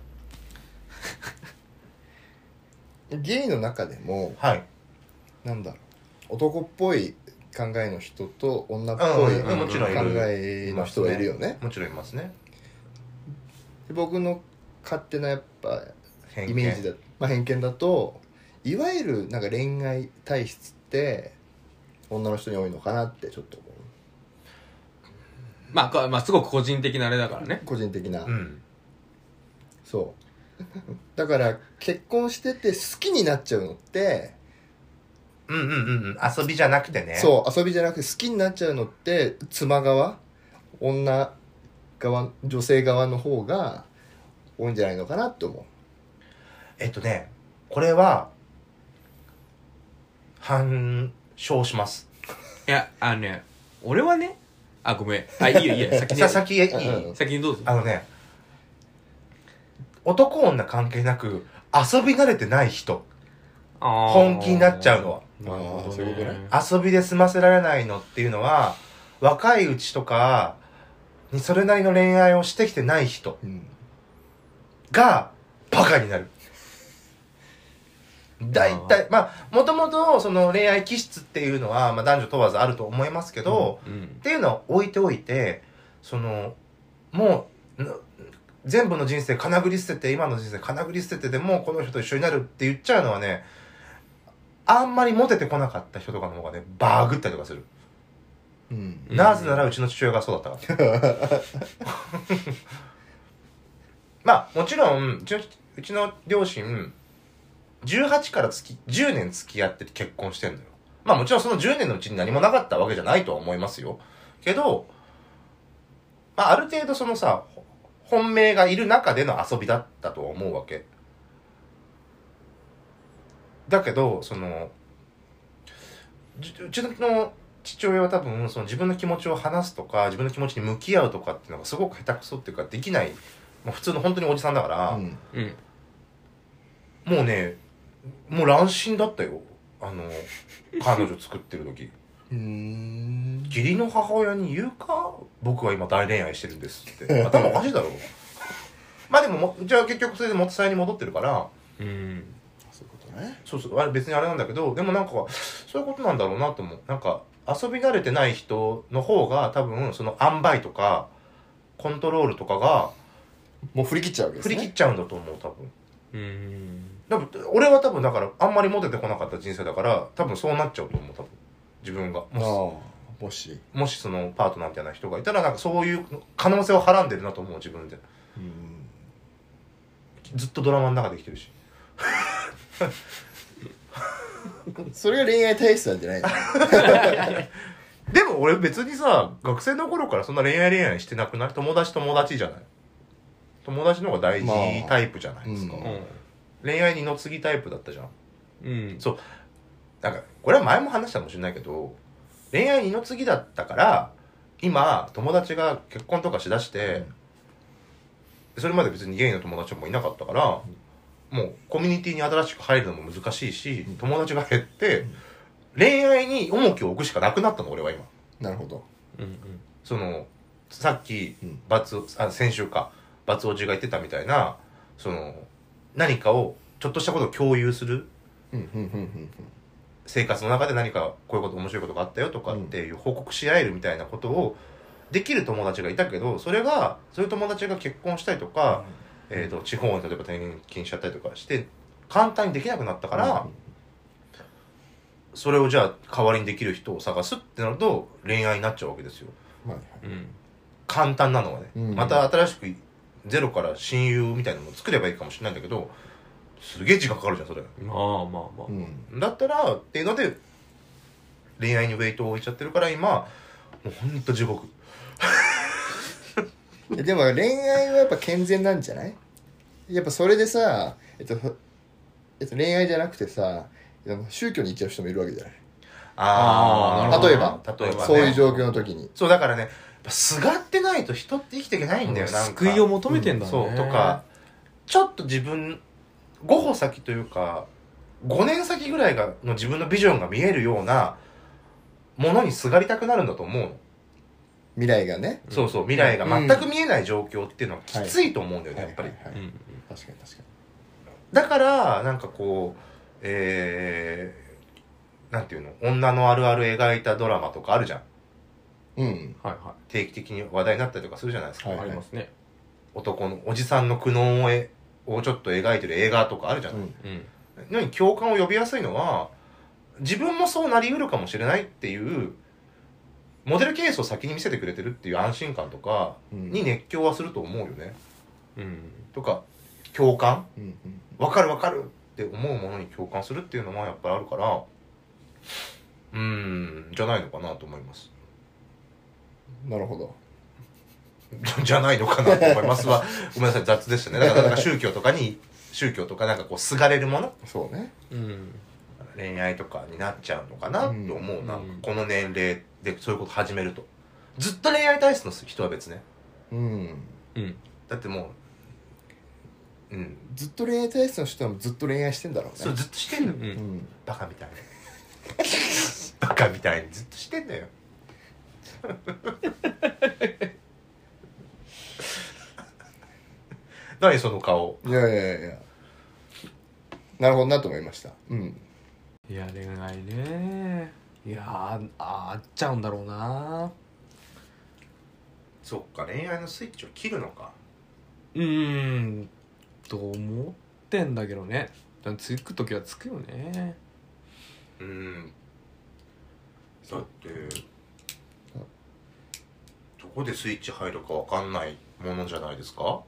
[SPEAKER 3] ゲイの中でも
[SPEAKER 1] はい
[SPEAKER 3] なんだろう男っぽい考えの人と女っぽい
[SPEAKER 1] うん
[SPEAKER 2] うん
[SPEAKER 1] もちろんい
[SPEAKER 3] 考
[SPEAKER 1] る
[SPEAKER 3] えの人がいるよね
[SPEAKER 1] もちろんいますね
[SPEAKER 3] で僕の勝手なやっぱ
[SPEAKER 1] 偏見
[SPEAKER 3] イメージだ、まあ、偏見だといわゆるなんか恋愛体質って女の人に多いのかなってちょっと思う
[SPEAKER 2] まあこまあすごく個人的なあれだからね
[SPEAKER 3] 個人的な、
[SPEAKER 1] うん
[SPEAKER 3] そうだから結婚してて好きになっちゃうのって
[SPEAKER 1] うんうんうんうん遊びじゃなくてね
[SPEAKER 3] そう遊びじゃなくて好きになっちゃうのって妻側女側女性側の方が多いんじゃないのかなって思
[SPEAKER 1] えっとねこれは反証します
[SPEAKER 2] いやあのね俺はねあごめんあいいよいいよ先に
[SPEAKER 1] さ先へいい、
[SPEAKER 3] うん
[SPEAKER 2] 先にどうぞ
[SPEAKER 1] あのね、男女関係なく遊び慣れてない人、本気になっちゃうのは。
[SPEAKER 3] う
[SPEAKER 2] なるほどね
[SPEAKER 3] あーそういうことね
[SPEAKER 1] 遊びで済ませられないのっていうのは、若いうちとかにそれなりの恋愛をしてきてない人
[SPEAKER 3] う、うん、
[SPEAKER 1] がバカになる。大体、まあ、もともとその恋愛気質っていうのは、まあ男女問わずあると思いますけど、
[SPEAKER 2] うん
[SPEAKER 1] っていうのは置いておいてそのもうな全部の人生かなぐり捨てて今の人生かなぐり捨ててでもこの人と一緒になるって言っちゃうのはねあんまりモテてこなかった人とかの方がねバグったりとかする、
[SPEAKER 3] うん、
[SPEAKER 2] うん
[SPEAKER 1] なぜならうちの父親がそうだったから まあもちろんうちのうちの両親18からつき10年付き合って結婚してんのよまあもちろんその10年のうちに何もなかったわけじゃないとは思いますよけど、まあ、ある程度そのさほ本命がいる中での遊びだったと思うわけだけどそのじうちの父親は多分その自分の気持ちを話すとか自分の気持ちに向き合うとかっていうのがすごく下手くそっていうかできない、まあ、普通の本当におじさんだから、
[SPEAKER 3] うん
[SPEAKER 2] うん
[SPEAKER 1] もうねもう乱心だったよあの彼女作ってる時
[SPEAKER 3] うーん
[SPEAKER 1] 義理の母親に言うか僕は今大恋愛してるんです って頭おかしいだろまあでももじゃあ結局それで元妻に戻ってるから
[SPEAKER 2] うん
[SPEAKER 3] そういうことね
[SPEAKER 1] そうそうあれ別にあれなんだけどでもなんかそういうことなんだろうなと思うなんか遊び慣れてない人の方が多分その塩梅とかコントロールとかが
[SPEAKER 3] もう振り切っちゃうわけです
[SPEAKER 1] 振り
[SPEAKER 3] ね
[SPEAKER 1] 切っちゃうんだと思う多分
[SPEAKER 2] うん
[SPEAKER 1] 多分俺は多分だからあんまりモテてこなかった人生だから多分そうなっちゃうと思う多分自分が
[SPEAKER 3] ああ
[SPEAKER 1] も
[SPEAKER 3] もし、
[SPEAKER 1] しもしそのパートナーみたいな人がいたらなんかそういう可能性をはらんでるなと思う自分で
[SPEAKER 3] うん、
[SPEAKER 1] ずっとドラマの中で生きてるし
[SPEAKER 3] それが恋愛体質なんじゃないの
[SPEAKER 1] でも俺別にさ、学生の頃からそんな恋愛恋愛してなくない友達友達じゃない友達の方が大事
[SPEAKER 3] まあ
[SPEAKER 1] タイプじゃないですか。
[SPEAKER 3] うん
[SPEAKER 1] 恋愛二の次タイプだったじゃん。
[SPEAKER 2] うん
[SPEAKER 1] なんか、これは前も話したかもしれないけど、恋愛二の次だったから、今、友達が結婚とかしだして、それまで別にゲイの友達もいなかったから、もうコミュニティに新しく入るのも難しいし、
[SPEAKER 3] うん
[SPEAKER 1] 友達が減って
[SPEAKER 3] うん、
[SPEAKER 1] 恋愛に重きを置くしかなくなったの、俺は今。
[SPEAKER 3] なるほど
[SPEAKER 2] うん
[SPEAKER 1] そのさっき
[SPEAKER 3] うん
[SPEAKER 1] バツあ先週かバツオジが言ってたみたいなその何かをちょっとしたことを共有する
[SPEAKER 3] うんうんうんうん
[SPEAKER 1] 生活の中で何かこういうこと面白いことがあったよとかっていう報告し合えるみたいなことをできる友達がいたけどそれがそういう友達が結婚したりとか、えー、と地方に例えば転勤しちゃったりとかして簡単にできなくなったから、それをじゃあ代わりにできる人を探すってなると恋愛になっちゃうわけですよ。
[SPEAKER 3] まあ
[SPEAKER 2] うんうん
[SPEAKER 1] 簡単なのはね、
[SPEAKER 3] うん
[SPEAKER 1] また新しくゼロから親友みたいなのを作ればいいかもしれないんだけどすげえ時間かかるじゃんそれ
[SPEAKER 2] まあまあま
[SPEAKER 3] う
[SPEAKER 2] あ
[SPEAKER 3] ん
[SPEAKER 1] だったらっていうので恋愛にウェイトを置いちゃってるから今もうほんと地獄
[SPEAKER 3] えでも恋愛はやっぱ健全なんじゃないやっぱそれでさ、えっと、ふえっと恋愛じゃなくてさえっと宗教に行っちゃう人もいるわけじゃない
[SPEAKER 2] あ
[SPEAKER 3] ーなるほど例えば
[SPEAKER 1] 例えば、ね、
[SPEAKER 3] そういう状況
[SPEAKER 1] 況
[SPEAKER 3] の時に
[SPEAKER 1] そうだからねやっぱすがってないと人って生きていけないんだよ、なんか
[SPEAKER 2] 救いを求めてんだね
[SPEAKER 1] そうとかちょっと自分5歩先というか5年先ぐらいがの自分のビジョンが見えるようなものにすがりたくなるんだと思うの
[SPEAKER 3] 未来がね
[SPEAKER 2] うん
[SPEAKER 1] そうそう未来が全く見えない状況っていうのはきついと思うんだよね、
[SPEAKER 3] は
[SPEAKER 1] や
[SPEAKER 3] い
[SPEAKER 1] っぱり、
[SPEAKER 3] はいはい
[SPEAKER 2] うん
[SPEAKER 3] 確かに確か
[SPEAKER 1] だからなんかこうえー、なんていうの女のあるある描いたドラマとかあるじゃん
[SPEAKER 3] にうん
[SPEAKER 2] はいは
[SPEAKER 1] 定期的に話題になったりとかするじゃないですか、
[SPEAKER 3] はい
[SPEAKER 2] いありますね
[SPEAKER 1] 男のおじさんの苦悩をえをちょっと描いてる映画とかあるじゃん、
[SPEAKER 3] うん
[SPEAKER 2] うん
[SPEAKER 1] のに共感を呼びやすいのは自分もそうなりうるかもしれないっていうモデルケースを先に見せてくれてるっていう安心感とか
[SPEAKER 3] うん
[SPEAKER 1] に熱狂はすると思うよね
[SPEAKER 2] うん
[SPEAKER 1] とか共感
[SPEAKER 3] うんうん
[SPEAKER 1] わかるわかるって思うものに共感するっていうのはやっぱりあるからうーんじゃないのかなと思います
[SPEAKER 3] なるほど
[SPEAKER 1] じゃないのかなと思いますはごめんなさい雑でしたねだからなんか宗教とかに宗教とかなんかこうすがれるもの
[SPEAKER 3] そうね
[SPEAKER 2] うん
[SPEAKER 1] 恋愛とかになっちゃうのかなと
[SPEAKER 3] うん
[SPEAKER 1] 思う、なんか
[SPEAKER 2] うん
[SPEAKER 1] この年齢でそういうこと始めるとずっと恋愛体質の人は別ね
[SPEAKER 3] うん
[SPEAKER 2] うん
[SPEAKER 1] だってもううん
[SPEAKER 3] ずっと恋愛体質の人はずっと恋愛してんだろうね
[SPEAKER 1] それずっとしてんの、
[SPEAKER 2] う
[SPEAKER 3] うんん
[SPEAKER 1] バカみたいに バカみたいにずっとしてんだよ 何その顔
[SPEAKER 3] いやいやいやなるほどなと思いましたうん
[SPEAKER 2] いや恋愛ねいやーあーあっちゃうんだろうな
[SPEAKER 1] そっか恋愛のスイッチを切るのか
[SPEAKER 2] うーんと思ってんだけどねだつく時はつくよね
[SPEAKER 1] うんだってどこでスイッチ入るかわかんないものじゃないですか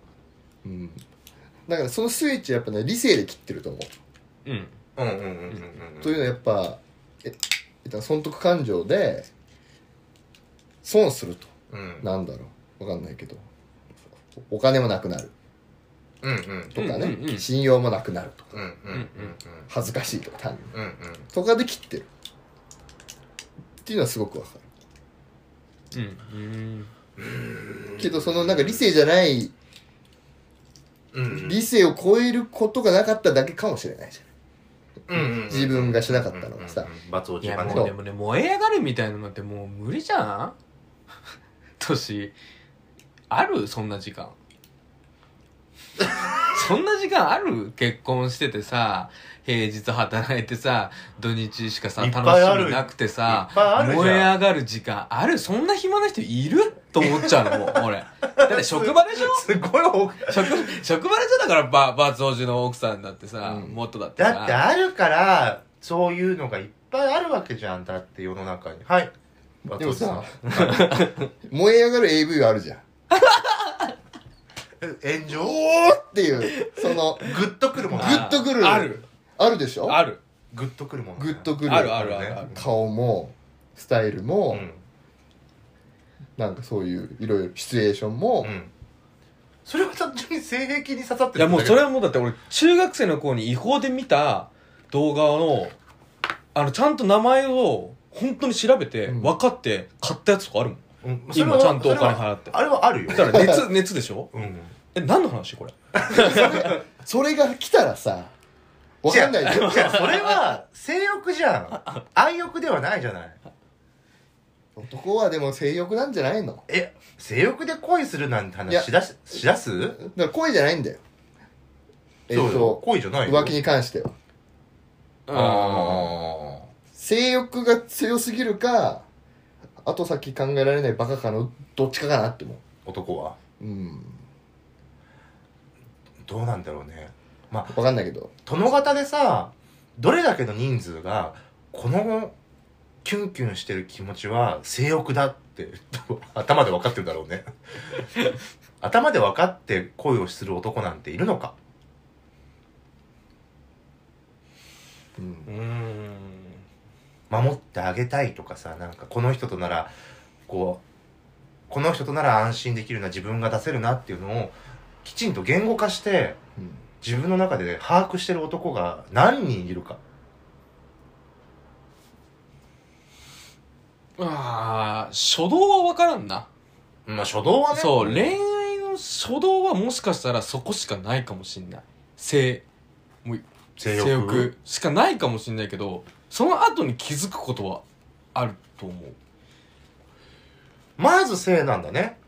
[SPEAKER 3] うんだからそのスイッチはやっぱね理性で切ってると思う
[SPEAKER 2] うん
[SPEAKER 1] うんうんうんうんうん
[SPEAKER 3] というのはやっぱええっと損得感情で損すると
[SPEAKER 1] うん
[SPEAKER 3] なんだろうわかんないけどおお金もなくなる
[SPEAKER 1] うんうん
[SPEAKER 3] と
[SPEAKER 2] う
[SPEAKER 3] かね、
[SPEAKER 2] んうんうん
[SPEAKER 3] 信用もなくなるとか
[SPEAKER 1] うんうんうん
[SPEAKER 3] 恥ずかしいとか単に
[SPEAKER 1] うんうん
[SPEAKER 3] とかで切ってるっていうのはすごくわか
[SPEAKER 2] うんうん
[SPEAKER 3] るけどそのなんか理性じゃない
[SPEAKER 1] うんうん
[SPEAKER 3] 理性を超えることがなかっただけかもしれないじ自分がしなかったのがさ
[SPEAKER 1] 罰落
[SPEAKER 2] い
[SPEAKER 1] ち
[SPEAKER 2] や
[SPEAKER 1] がね
[SPEAKER 2] もうでもね燃え上がるみたいのなんてもう無理じゃん 年あるそんな時間 そんな時間ある結婚しててさ平日働いてさ土日しかさ
[SPEAKER 1] いっぱいあ
[SPEAKER 2] 楽し
[SPEAKER 1] る
[SPEAKER 2] みなくてさ
[SPEAKER 1] いっぱいあるじゃん
[SPEAKER 2] 燃え上がる時間あるそんな暇な人いると思っちゃうのもう 俺だって職場でしょ
[SPEAKER 1] すごい多く
[SPEAKER 2] 職職場でしょだからババツ王子の奥さんだってさ、
[SPEAKER 3] うん
[SPEAKER 2] 元だってさ
[SPEAKER 1] だってあるからそういうのがいっぱいあるわけじゃんだって世の中にはい
[SPEAKER 3] ゃ
[SPEAKER 1] 罰
[SPEAKER 3] んでも
[SPEAKER 1] 落ち
[SPEAKER 3] さ燃え上がる AV はあるじゃん
[SPEAKER 1] え炎上
[SPEAKER 3] おーっていうその
[SPEAKER 1] グッとくるも
[SPEAKER 3] グ
[SPEAKER 1] ん
[SPEAKER 2] あ
[SPEAKER 3] ッとくる
[SPEAKER 2] ある
[SPEAKER 3] あるでしょ
[SPEAKER 2] ある
[SPEAKER 1] グッとくるもんね
[SPEAKER 3] グッとくる
[SPEAKER 2] あるあるあるある
[SPEAKER 3] 顔もスタイルも、
[SPEAKER 1] うん
[SPEAKER 3] なんかそういういろいろシチュエーションも、
[SPEAKER 1] うんそれは単純に性癖に刺さってる
[SPEAKER 2] いやもうそれ
[SPEAKER 1] は
[SPEAKER 2] はもうだって俺中学生の頃に違法で見た動画のあのちゃんと名前を本当に調べて
[SPEAKER 3] うん
[SPEAKER 2] 分かって買ったやつとかあるもん、
[SPEAKER 1] それは
[SPEAKER 2] 今ちゃんとお金
[SPEAKER 1] それ
[SPEAKER 2] 払
[SPEAKER 1] は
[SPEAKER 2] って
[SPEAKER 1] あれはあるよ
[SPEAKER 2] だから熱熱でしょ
[SPEAKER 1] うん
[SPEAKER 2] え何の話これ
[SPEAKER 3] それが来たらさわかんないじゃん
[SPEAKER 1] いやそれは性欲じゃん愛欲ではないじゃない
[SPEAKER 3] 男はでも性欲なんじゃないの
[SPEAKER 1] え性欲で恋するなんて
[SPEAKER 3] いや
[SPEAKER 1] 話しだししだす
[SPEAKER 3] だから恋じゃないんだよえっ
[SPEAKER 1] そうよ
[SPEAKER 3] と
[SPEAKER 1] 恋じゃないよ
[SPEAKER 3] 浮気に関しては
[SPEAKER 1] あ
[SPEAKER 3] 性欲が強すぎるか後先考えられないバカかのどっちかかなって思
[SPEAKER 1] ー男は
[SPEAKER 3] ううん
[SPEAKER 1] どうなんだろうね
[SPEAKER 3] わかんないけど
[SPEAKER 1] 殿方でさどれだけの人数がこのキュンキュンしてる気持ちは性欲だって 頭で分かってるだろうね 頭で分かって恋をする男なんているのか
[SPEAKER 3] うん
[SPEAKER 2] うーん
[SPEAKER 1] 守ってあげたいとかさなんかこの人とならこうこの人となら安心できるな自分が出せるなっていうのをきちんと言語化して
[SPEAKER 3] うん
[SPEAKER 1] 自分の中で把握してる男が何人いるか
[SPEAKER 2] ああ初動は分からんな
[SPEAKER 1] まあ初動はね
[SPEAKER 2] そう恋愛の初動はもしかしたらそこしかないかもしんない性
[SPEAKER 1] 性欲
[SPEAKER 2] しかないかもしんないけどその後に気づくことはあると思う
[SPEAKER 1] まず性なんだね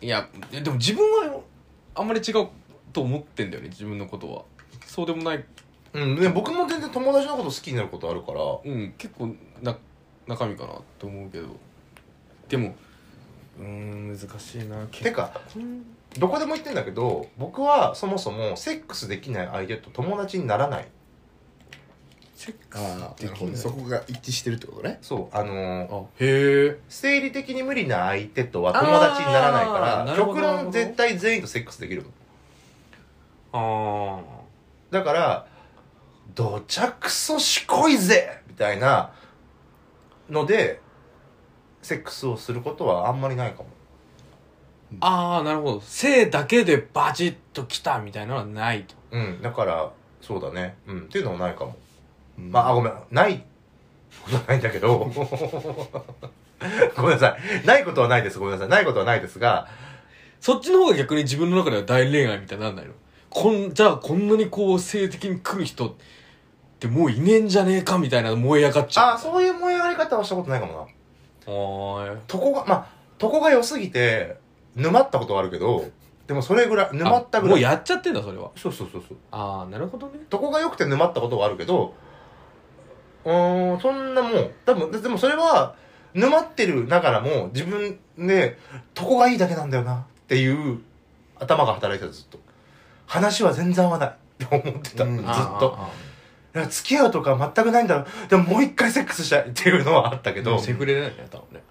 [SPEAKER 2] いやででも自分はあんまり違うと思ってんだよね自分のことはそうでもない
[SPEAKER 1] うん、ね僕も全然友達のこと好きになることあるから
[SPEAKER 2] うん結構な中身かなって思うけどでもうーん難しいな
[SPEAKER 1] てかどこでも言ってんだけど僕はそもそもセックスできない相手と友達にならない
[SPEAKER 2] セック
[SPEAKER 3] あ
[SPEAKER 2] ス
[SPEAKER 3] あな
[SPEAKER 2] で
[SPEAKER 3] る
[SPEAKER 2] き
[SPEAKER 3] ほどねそこが一致してるってことね
[SPEAKER 1] そうあのー
[SPEAKER 2] あへえ
[SPEAKER 1] 生理的に無理な相手とは友達にならない
[SPEAKER 2] あー
[SPEAKER 1] か
[SPEAKER 2] な
[SPEAKER 1] ら
[SPEAKER 2] るほ
[SPEAKER 1] 極
[SPEAKER 2] どなるほど
[SPEAKER 1] 論絶対全員とセックスできるの
[SPEAKER 2] ああ
[SPEAKER 1] だからどちゃくそしこいぜみたいなのでセックスをすることはあんまりないかも
[SPEAKER 2] ああなるほど性だけでバチッときたみたいなのはないと
[SPEAKER 1] うんだからそうだねうんっていうのもないかも
[SPEAKER 3] うん
[SPEAKER 1] まあ、あごめん、ないことはないんだけど、 ごめんなさい。ないことはないです。ごめんなさい。ないことはないですが、
[SPEAKER 2] そっちの方が逆に自分の中では大恋愛みたいにならないのこんじゃあこんなにこう性的に来る人ってもういねえんじゃねえかみたいな燃え上がっちゃう
[SPEAKER 1] ああ、そういう燃え上がり方はしたことないかもな。
[SPEAKER 2] おーい
[SPEAKER 1] とこが、まあ、とこが良すぎて、沼ったことはあるけど、でもそれぐらい、沼ったぐ
[SPEAKER 2] あも
[SPEAKER 1] ら
[SPEAKER 2] う
[SPEAKER 1] い。
[SPEAKER 2] やっちゃってんだそれは
[SPEAKER 1] そうそうそうそう。
[SPEAKER 2] ああなるほどね
[SPEAKER 1] とこが良くて沼ったことはあるけど、うーん、そんなもう、多分、ででもそれは、沼ってるながらも、自分で、とこがいいだけなんだよな、っていう頭が働いてた、ずっと。話は全然合わない。って思ってた、
[SPEAKER 3] うん
[SPEAKER 1] ずっ
[SPEAKER 2] あ
[SPEAKER 1] と。
[SPEAKER 2] ああ
[SPEAKER 1] だから付き合うとか全くないんだろう。でももう一回セックスしたいっていうのはあったけ
[SPEAKER 2] でも
[SPEAKER 1] ど、
[SPEAKER 2] セフレだよね多分ね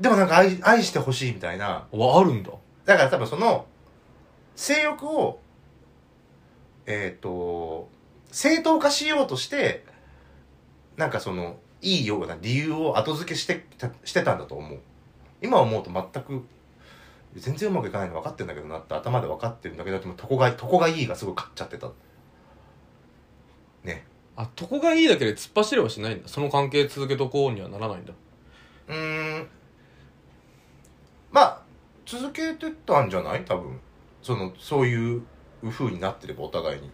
[SPEAKER 1] でもなんか愛愛してほしいみたいな。
[SPEAKER 2] わあるんだ
[SPEAKER 1] だから多分その、性欲を、えっ、と、正当化しようとして、なんかその、いいような理由を後付けしてた、してたんだと思う。今思うと全く、全然うまくいかないの分かってんだけどなって頭で分かってるんだけど、でもとこが、とこがいいがすごい勝っちゃってた。ね。
[SPEAKER 2] あとこがいいだけで突っ走れはしないんだその関係続けとこうにはならないんだ
[SPEAKER 1] うーん。まあ、続けてたんじゃない多分。その、そういう風になってればお互いに。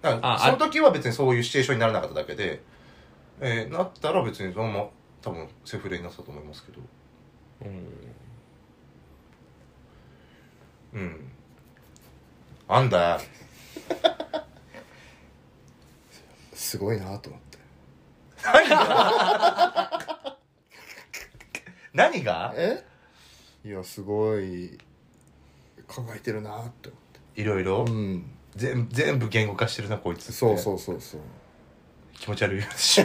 [SPEAKER 1] だから
[SPEAKER 2] あ
[SPEAKER 1] その時は別にそういうシチュエーションにならなかっただけで、えーなったら別にそのまま多分セフレになってたと思いますけど。
[SPEAKER 2] うん
[SPEAKER 1] うん。あんだよ。
[SPEAKER 3] すごいなと思って
[SPEAKER 1] 何が
[SPEAKER 3] えいやすごい考えてるなって
[SPEAKER 1] いろいろ
[SPEAKER 3] 思って、うん
[SPEAKER 1] 全全部言語化してるな、こいつって。
[SPEAKER 3] そうそうそうそう
[SPEAKER 1] 気持ち悪いでしょ。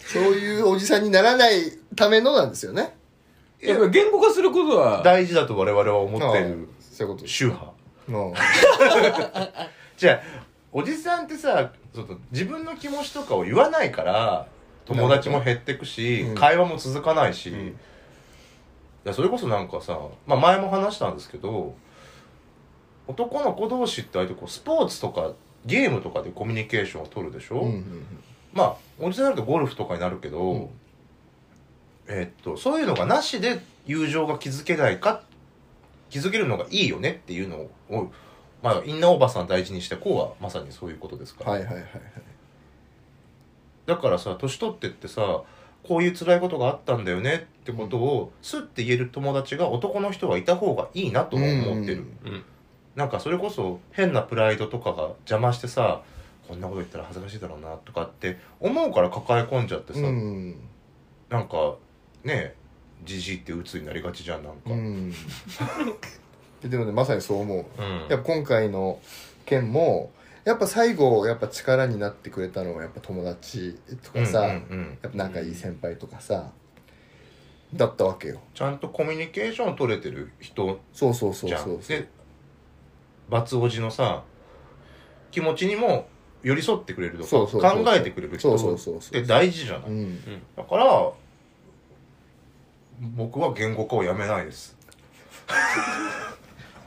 [SPEAKER 3] そういうおじさんにならないためのなんですよね
[SPEAKER 2] いや言語化することは
[SPEAKER 1] 大事だと我々は思っている
[SPEAKER 3] そういうことです
[SPEAKER 1] 宗派。
[SPEAKER 3] も
[SPEAKER 1] じゃあおじさんってさその自分の気持ちとかを言わないから友達も減ってくし、
[SPEAKER 3] うん
[SPEAKER 1] 会話も続かないし、
[SPEAKER 3] うん
[SPEAKER 1] いやそれこそなんかさ、まあ、前も話したんですけど男の子同士ってああいうとこスポーツとかゲームとかでコミュニケーションを取るでし
[SPEAKER 3] う
[SPEAKER 1] ょ、
[SPEAKER 3] うんうん
[SPEAKER 1] まあおじさんだとゴルフとかになるけど、
[SPEAKER 3] うん
[SPEAKER 1] えっとそういうのがなしで友情が築けないか築けるのがいいよねっていうのを、まあ、インナーおばさん大事にしてこうはまさにそういうことですから、
[SPEAKER 3] はいはいはいはい
[SPEAKER 1] だからさ年取ってってさこういう辛いことがあったんだよねってことをすって言える友達が男の人はいた方がいいなとは思ってる、
[SPEAKER 3] うん
[SPEAKER 2] うん
[SPEAKER 1] なんかそれこそ変なプライドとかが邪魔してさこんなこと言ったら恥ずかしいだろうなとかって思うから抱え込んじゃってさ、
[SPEAKER 3] うん
[SPEAKER 1] なんかねじじいって鬱になりがちじゃんなんか
[SPEAKER 3] う
[SPEAKER 1] うん、
[SPEAKER 3] んでもねまさにそう思うやっぱ今回の件もやっぱ最後やっぱ力になってくれたのはやっぱ友達とかさ、
[SPEAKER 1] うんう
[SPEAKER 3] や
[SPEAKER 1] んうん
[SPEAKER 3] っぱ仲いい先輩とかさ、だったわけよ
[SPEAKER 1] ちゃんとコミュニケーション取れてる人
[SPEAKER 3] そうそうそう
[SPEAKER 1] じゃん
[SPEAKER 3] そうそう
[SPEAKER 1] でバツおじのさ気持ちにも寄り添ってくれるとか
[SPEAKER 3] そうそうそうそう
[SPEAKER 1] 考えてくれる人
[SPEAKER 3] そう
[SPEAKER 1] っ
[SPEAKER 3] そうそうそ
[SPEAKER 1] て
[SPEAKER 3] う
[SPEAKER 1] 大事じゃない、
[SPEAKER 3] うん
[SPEAKER 1] だから僕は言語化をやめないです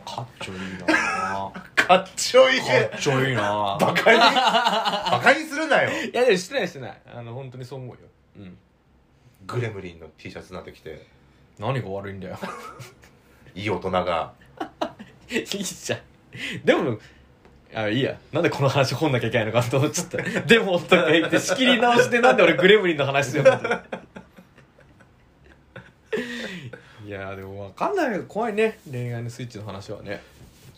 [SPEAKER 2] かっちょいいなぁか
[SPEAKER 1] かっちょいいね
[SPEAKER 2] っちょいい なぁ
[SPEAKER 1] バカにバカにするなよ
[SPEAKER 2] いやでもしてないしてないあの本当にそう思うようん
[SPEAKER 1] グレムリンの T シャツなんて着て
[SPEAKER 2] 何が悪いんだよ
[SPEAKER 1] いい大人が
[SPEAKER 2] いいじゃんでもあいいやなんでこの話掘んなきゃいけないのかと思っちゃったでもとか言って仕切り直してなんで俺グレムリンの話するのいやーでも分かんない怖いね恋愛のスイッチの話は ね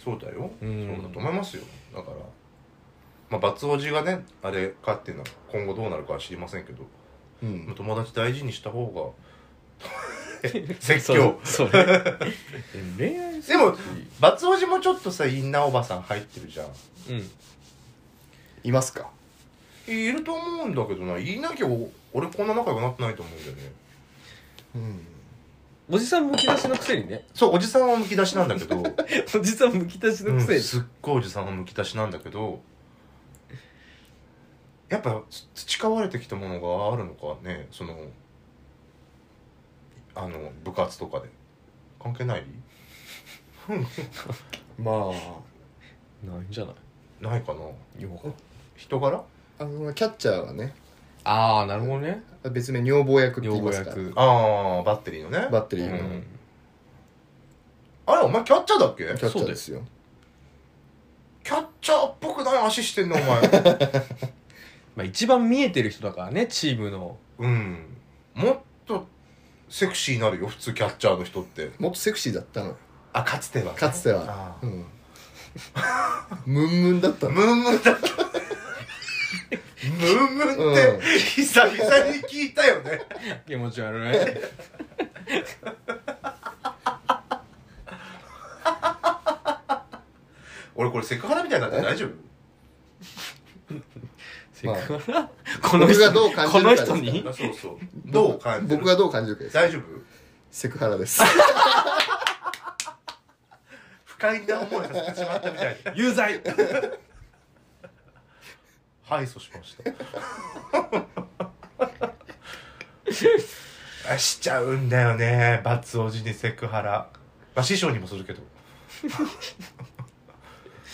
[SPEAKER 1] そうだよ、
[SPEAKER 2] うん
[SPEAKER 1] そうだと思いますよだからまあバツおじがねあれかっていうのは今後どうなるかは知りませんけど、
[SPEAKER 3] う
[SPEAKER 1] まあ
[SPEAKER 3] ん
[SPEAKER 1] 友達大事にした方が説
[SPEAKER 2] そう
[SPEAKER 1] 教
[SPEAKER 2] そうね恋愛スイッチ
[SPEAKER 1] でもバツおじもちょっとさインナーおばさん入ってるじゃん
[SPEAKER 2] うん
[SPEAKER 3] いますか
[SPEAKER 1] いると思うんだけどないなきゃお俺こんな仲良くなってないと思うんだよね
[SPEAKER 3] うん
[SPEAKER 2] おじさんむき出しのくせにね
[SPEAKER 1] そうおじさんはむき出しなんだけ ど、
[SPEAKER 2] おじさんむき出しの
[SPEAKER 1] うん
[SPEAKER 2] くせに、
[SPEAKER 1] すっごいおじさんはむき出しなんだけどやっぱつ培われてきたものがあるのかねそのあの部活とかで関係ない
[SPEAKER 3] ま
[SPEAKER 2] ないんじゃない
[SPEAKER 1] ないかな
[SPEAKER 2] よく
[SPEAKER 1] 人柄
[SPEAKER 3] ああのキャッチャーはね
[SPEAKER 2] ああなるほどね
[SPEAKER 3] 別名女房役って言
[SPEAKER 2] 女房
[SPEAKER 3] いますから
[SPEAKER 2] 役
[SPEAKER 1] ああバッテリーのね
[SPEAKER 3] バッテリ
[SPEAKER 2] う
[SPEAKER 3] ーの、
[SPEAKER 2] ん
[SPEAKER 1] あれお前キャッチャーだっけ
[SPEAKER 3] キャッチャ
[SPEAKER 2] そう
[SPEAKER 3] ー
[SPEAKER 2] で
[SPEAKER 3] ですよ
[SPEAKER 1] キャッチャーっぽくない足してんのお 前
[SPEAKER 2] まあ一番見えてる人だからねチームの
[SPEAKER 1] うんもっとセクシーになるよ普通キャッチャーの人って
[SPEAKER 3] もっとセクシーだったのよ
[SPEAKER 1] あかつてはね
[SPEAKER 3] かつては
[SPEAKER 1] あ
[SPEAKER 3] う
[SPEAKER 1] ー
[SPEAKER 3] んムンムンだったの
[SPEAKER 1] ムンムンだったムンムンって、
[SPEAKER 3] うん
[SPEAKER 1] 久々に聞いたよね
[SPEAKER 2] 気持ち悪い
[SPEAKER 1] 俺これセクハラみたいになって大丈夫
[SPEAKER 2] せっかくなこの
[SPEAKER 3] 僕
[SPEAKER 2] 人
[SPEAKER 3] が
[SPEAKER 2] に
[SPEAKER 3] どう感じ
[SPEAKER 2] こ
[SPEAKER 3] る
[SPEAKER 2] の
[SPEAKER 3] かです
[SPEAKER 2] 人に
[SPEAKER 1] あそうそうどう感じる
[SPEAKER 3] 僕がどう感じるかです
[SPEAKER 1] 大丈夫
[SPEAKER 3] セクハラです
[SPEAKER 1] 不快な思いをさせてしまったみたいで
[SPEAKER 2] 有罪
[SPEAKER 1] 敗訴しましたあしちゃうんだよねバツおじにセクハラまあ師匠にもするけど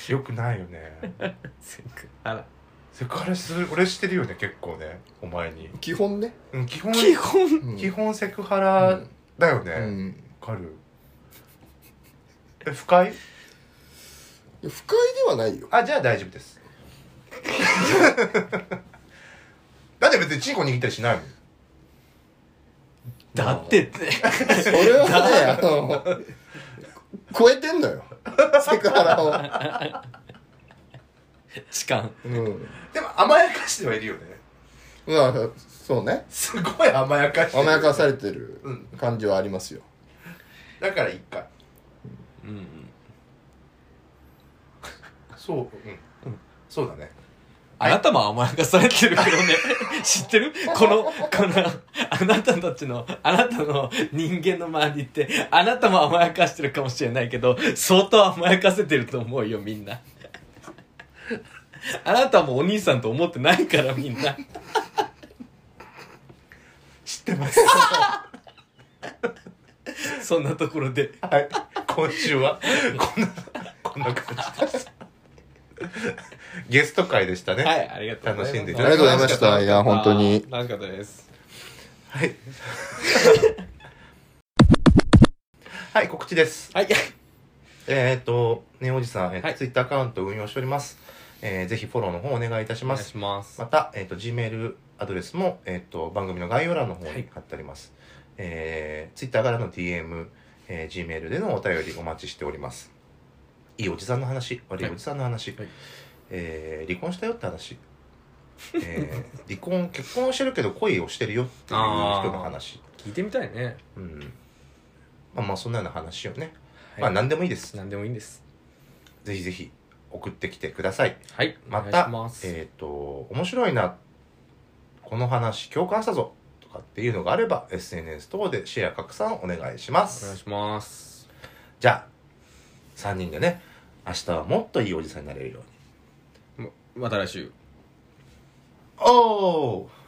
[SPEAKER 1] よくないよね
[SPEAKER 2] せっかくあら
[SPEAKER 1] セクハラする俺してるよね結構ねお前に、
[SPEAKER 3] 基本ね、
[SPEAKER 1] うん、基本
[SPEAKER 2] 基本
[SPEAKER 3] うん
[SPEAKER 1] 基本セクハラだよね、
[SPEAKER 3] うん
[SPEAKER 1] わかるえ不快
[SPEAKER 3] いや不快ではないよ
[SPEAKER 1] あじゃあ大丈夫です だって別にチンコ握ったりしないもん
[SPEAKER 2] だってって
[SPEAKER 3] それはねあの超えてんのよセクハラ
[SPEAKER 2] 痴漢
[SPEAKER 3] をうん
[SPEAKER 1] でも甘やかしてはいるよね
[SPEAKER 3] まあそうね
[SPEAKER 1] すごい甘やかしてる
[SPEAKER 3] 甘やかされてる
[SPEAKER 1] うん
[SPEAKER 3] 感じはありますよ
[SPEAKER 1] だから一回
[SPEAKER 2] うん
[SPEAKER 1] そううん、そうだね
[SPEAKER 2] あなたも甘やかされてるけど ね。知ってるこの、この、あなたたちの、あなたの人間の周りって、あなたも甘やかしてるかもしれないけど、相当甘やかせてると思うよ、みんな。あなたもお兄さんと思ってないから、みんな。
[SPEAKER 1] 知ってます
[SPEAKER 2] そんなところで。
[SPEAKER 1] はい今週はこんなこんな感じですゲスト会でしたね
[SPEAKER 2] はい、ありがとうございます。
[SPEAKER 1] 楽しんでい
[SPEAKER 3] あ
[SPEAKER 1] た
[SPEAKER 3] りが
[SPEAKER 1] だ
[SPEAKER 3] と
[SPEAKER 1] き
[SPEAKER 3] うございました。いや、本当に。
[SPEAKER 2] 楽しかったです。
[SPEAKER 1] はい、はい、告知です
[SPEAKER 2] はい。
[SPEAKER 1] えっ、と、ねおじさん、えー
[SPEAKER 2] はい
[SPEAKER 1] ツイッターアカウントを運用しております。えーぜひフォローの方お願いいたし
[SPEAKER 2] お
[SPEAKER 1] ま
[SPEAKER 2] 願い
[SPEAKER 1] す。
[SPEAKER 2] します
[SPEAKER 1] ま。た、えっ、と、Gmail アドレスも、えっ、と、番組の概要欄の方
[SPEAKER 2] は
[SPEAKER 1] に
[SPEAKER 2] い
[SPEAKER 1] 貼ってあります。えー、ツイッターからの DM、えー Gmail でのお便りお待ちしております。いいおじさんの話、悪いおじさんの話、
[SPEAKER 2] はい
[SPEAKER 1] えー離婚したよって話、えー離婚、結婚をしてるけど恋をしてるよっていう人の話、
[SPEAKER 2] 聞いてみたいね。
[SPEAKER 1] うん。まあまあ、そんなような話をね、
[SPEAKER 2] はい
[SPEAKER 1] まあ、何でもいいです。
[SPEAKER 2] 何でもいいんです。
[SPEAKER 1] ぜひぜひ送ってきてください。
[SPEAKER 2] はい。
[SPEAKER 1] ま
[SPEAKER 2] お
[SPEAKER 1] た
[SPEAKER 2] 願いします。
[SPEAKER 1] えっ、と、面白いな、この話共感したぞとかっていうのがあれば SNS 等でシェア拡散お願いしま
[SPEAKER 2] お願い
[SPEAKER 1] す。
[SPEAKER 2] します。
[SPEAKER 1] じゃあ、3人でね、明日はもっといいおじさんになれるように。
[SPEAKER 2] ままた来週。
[SPEAKER 1] おー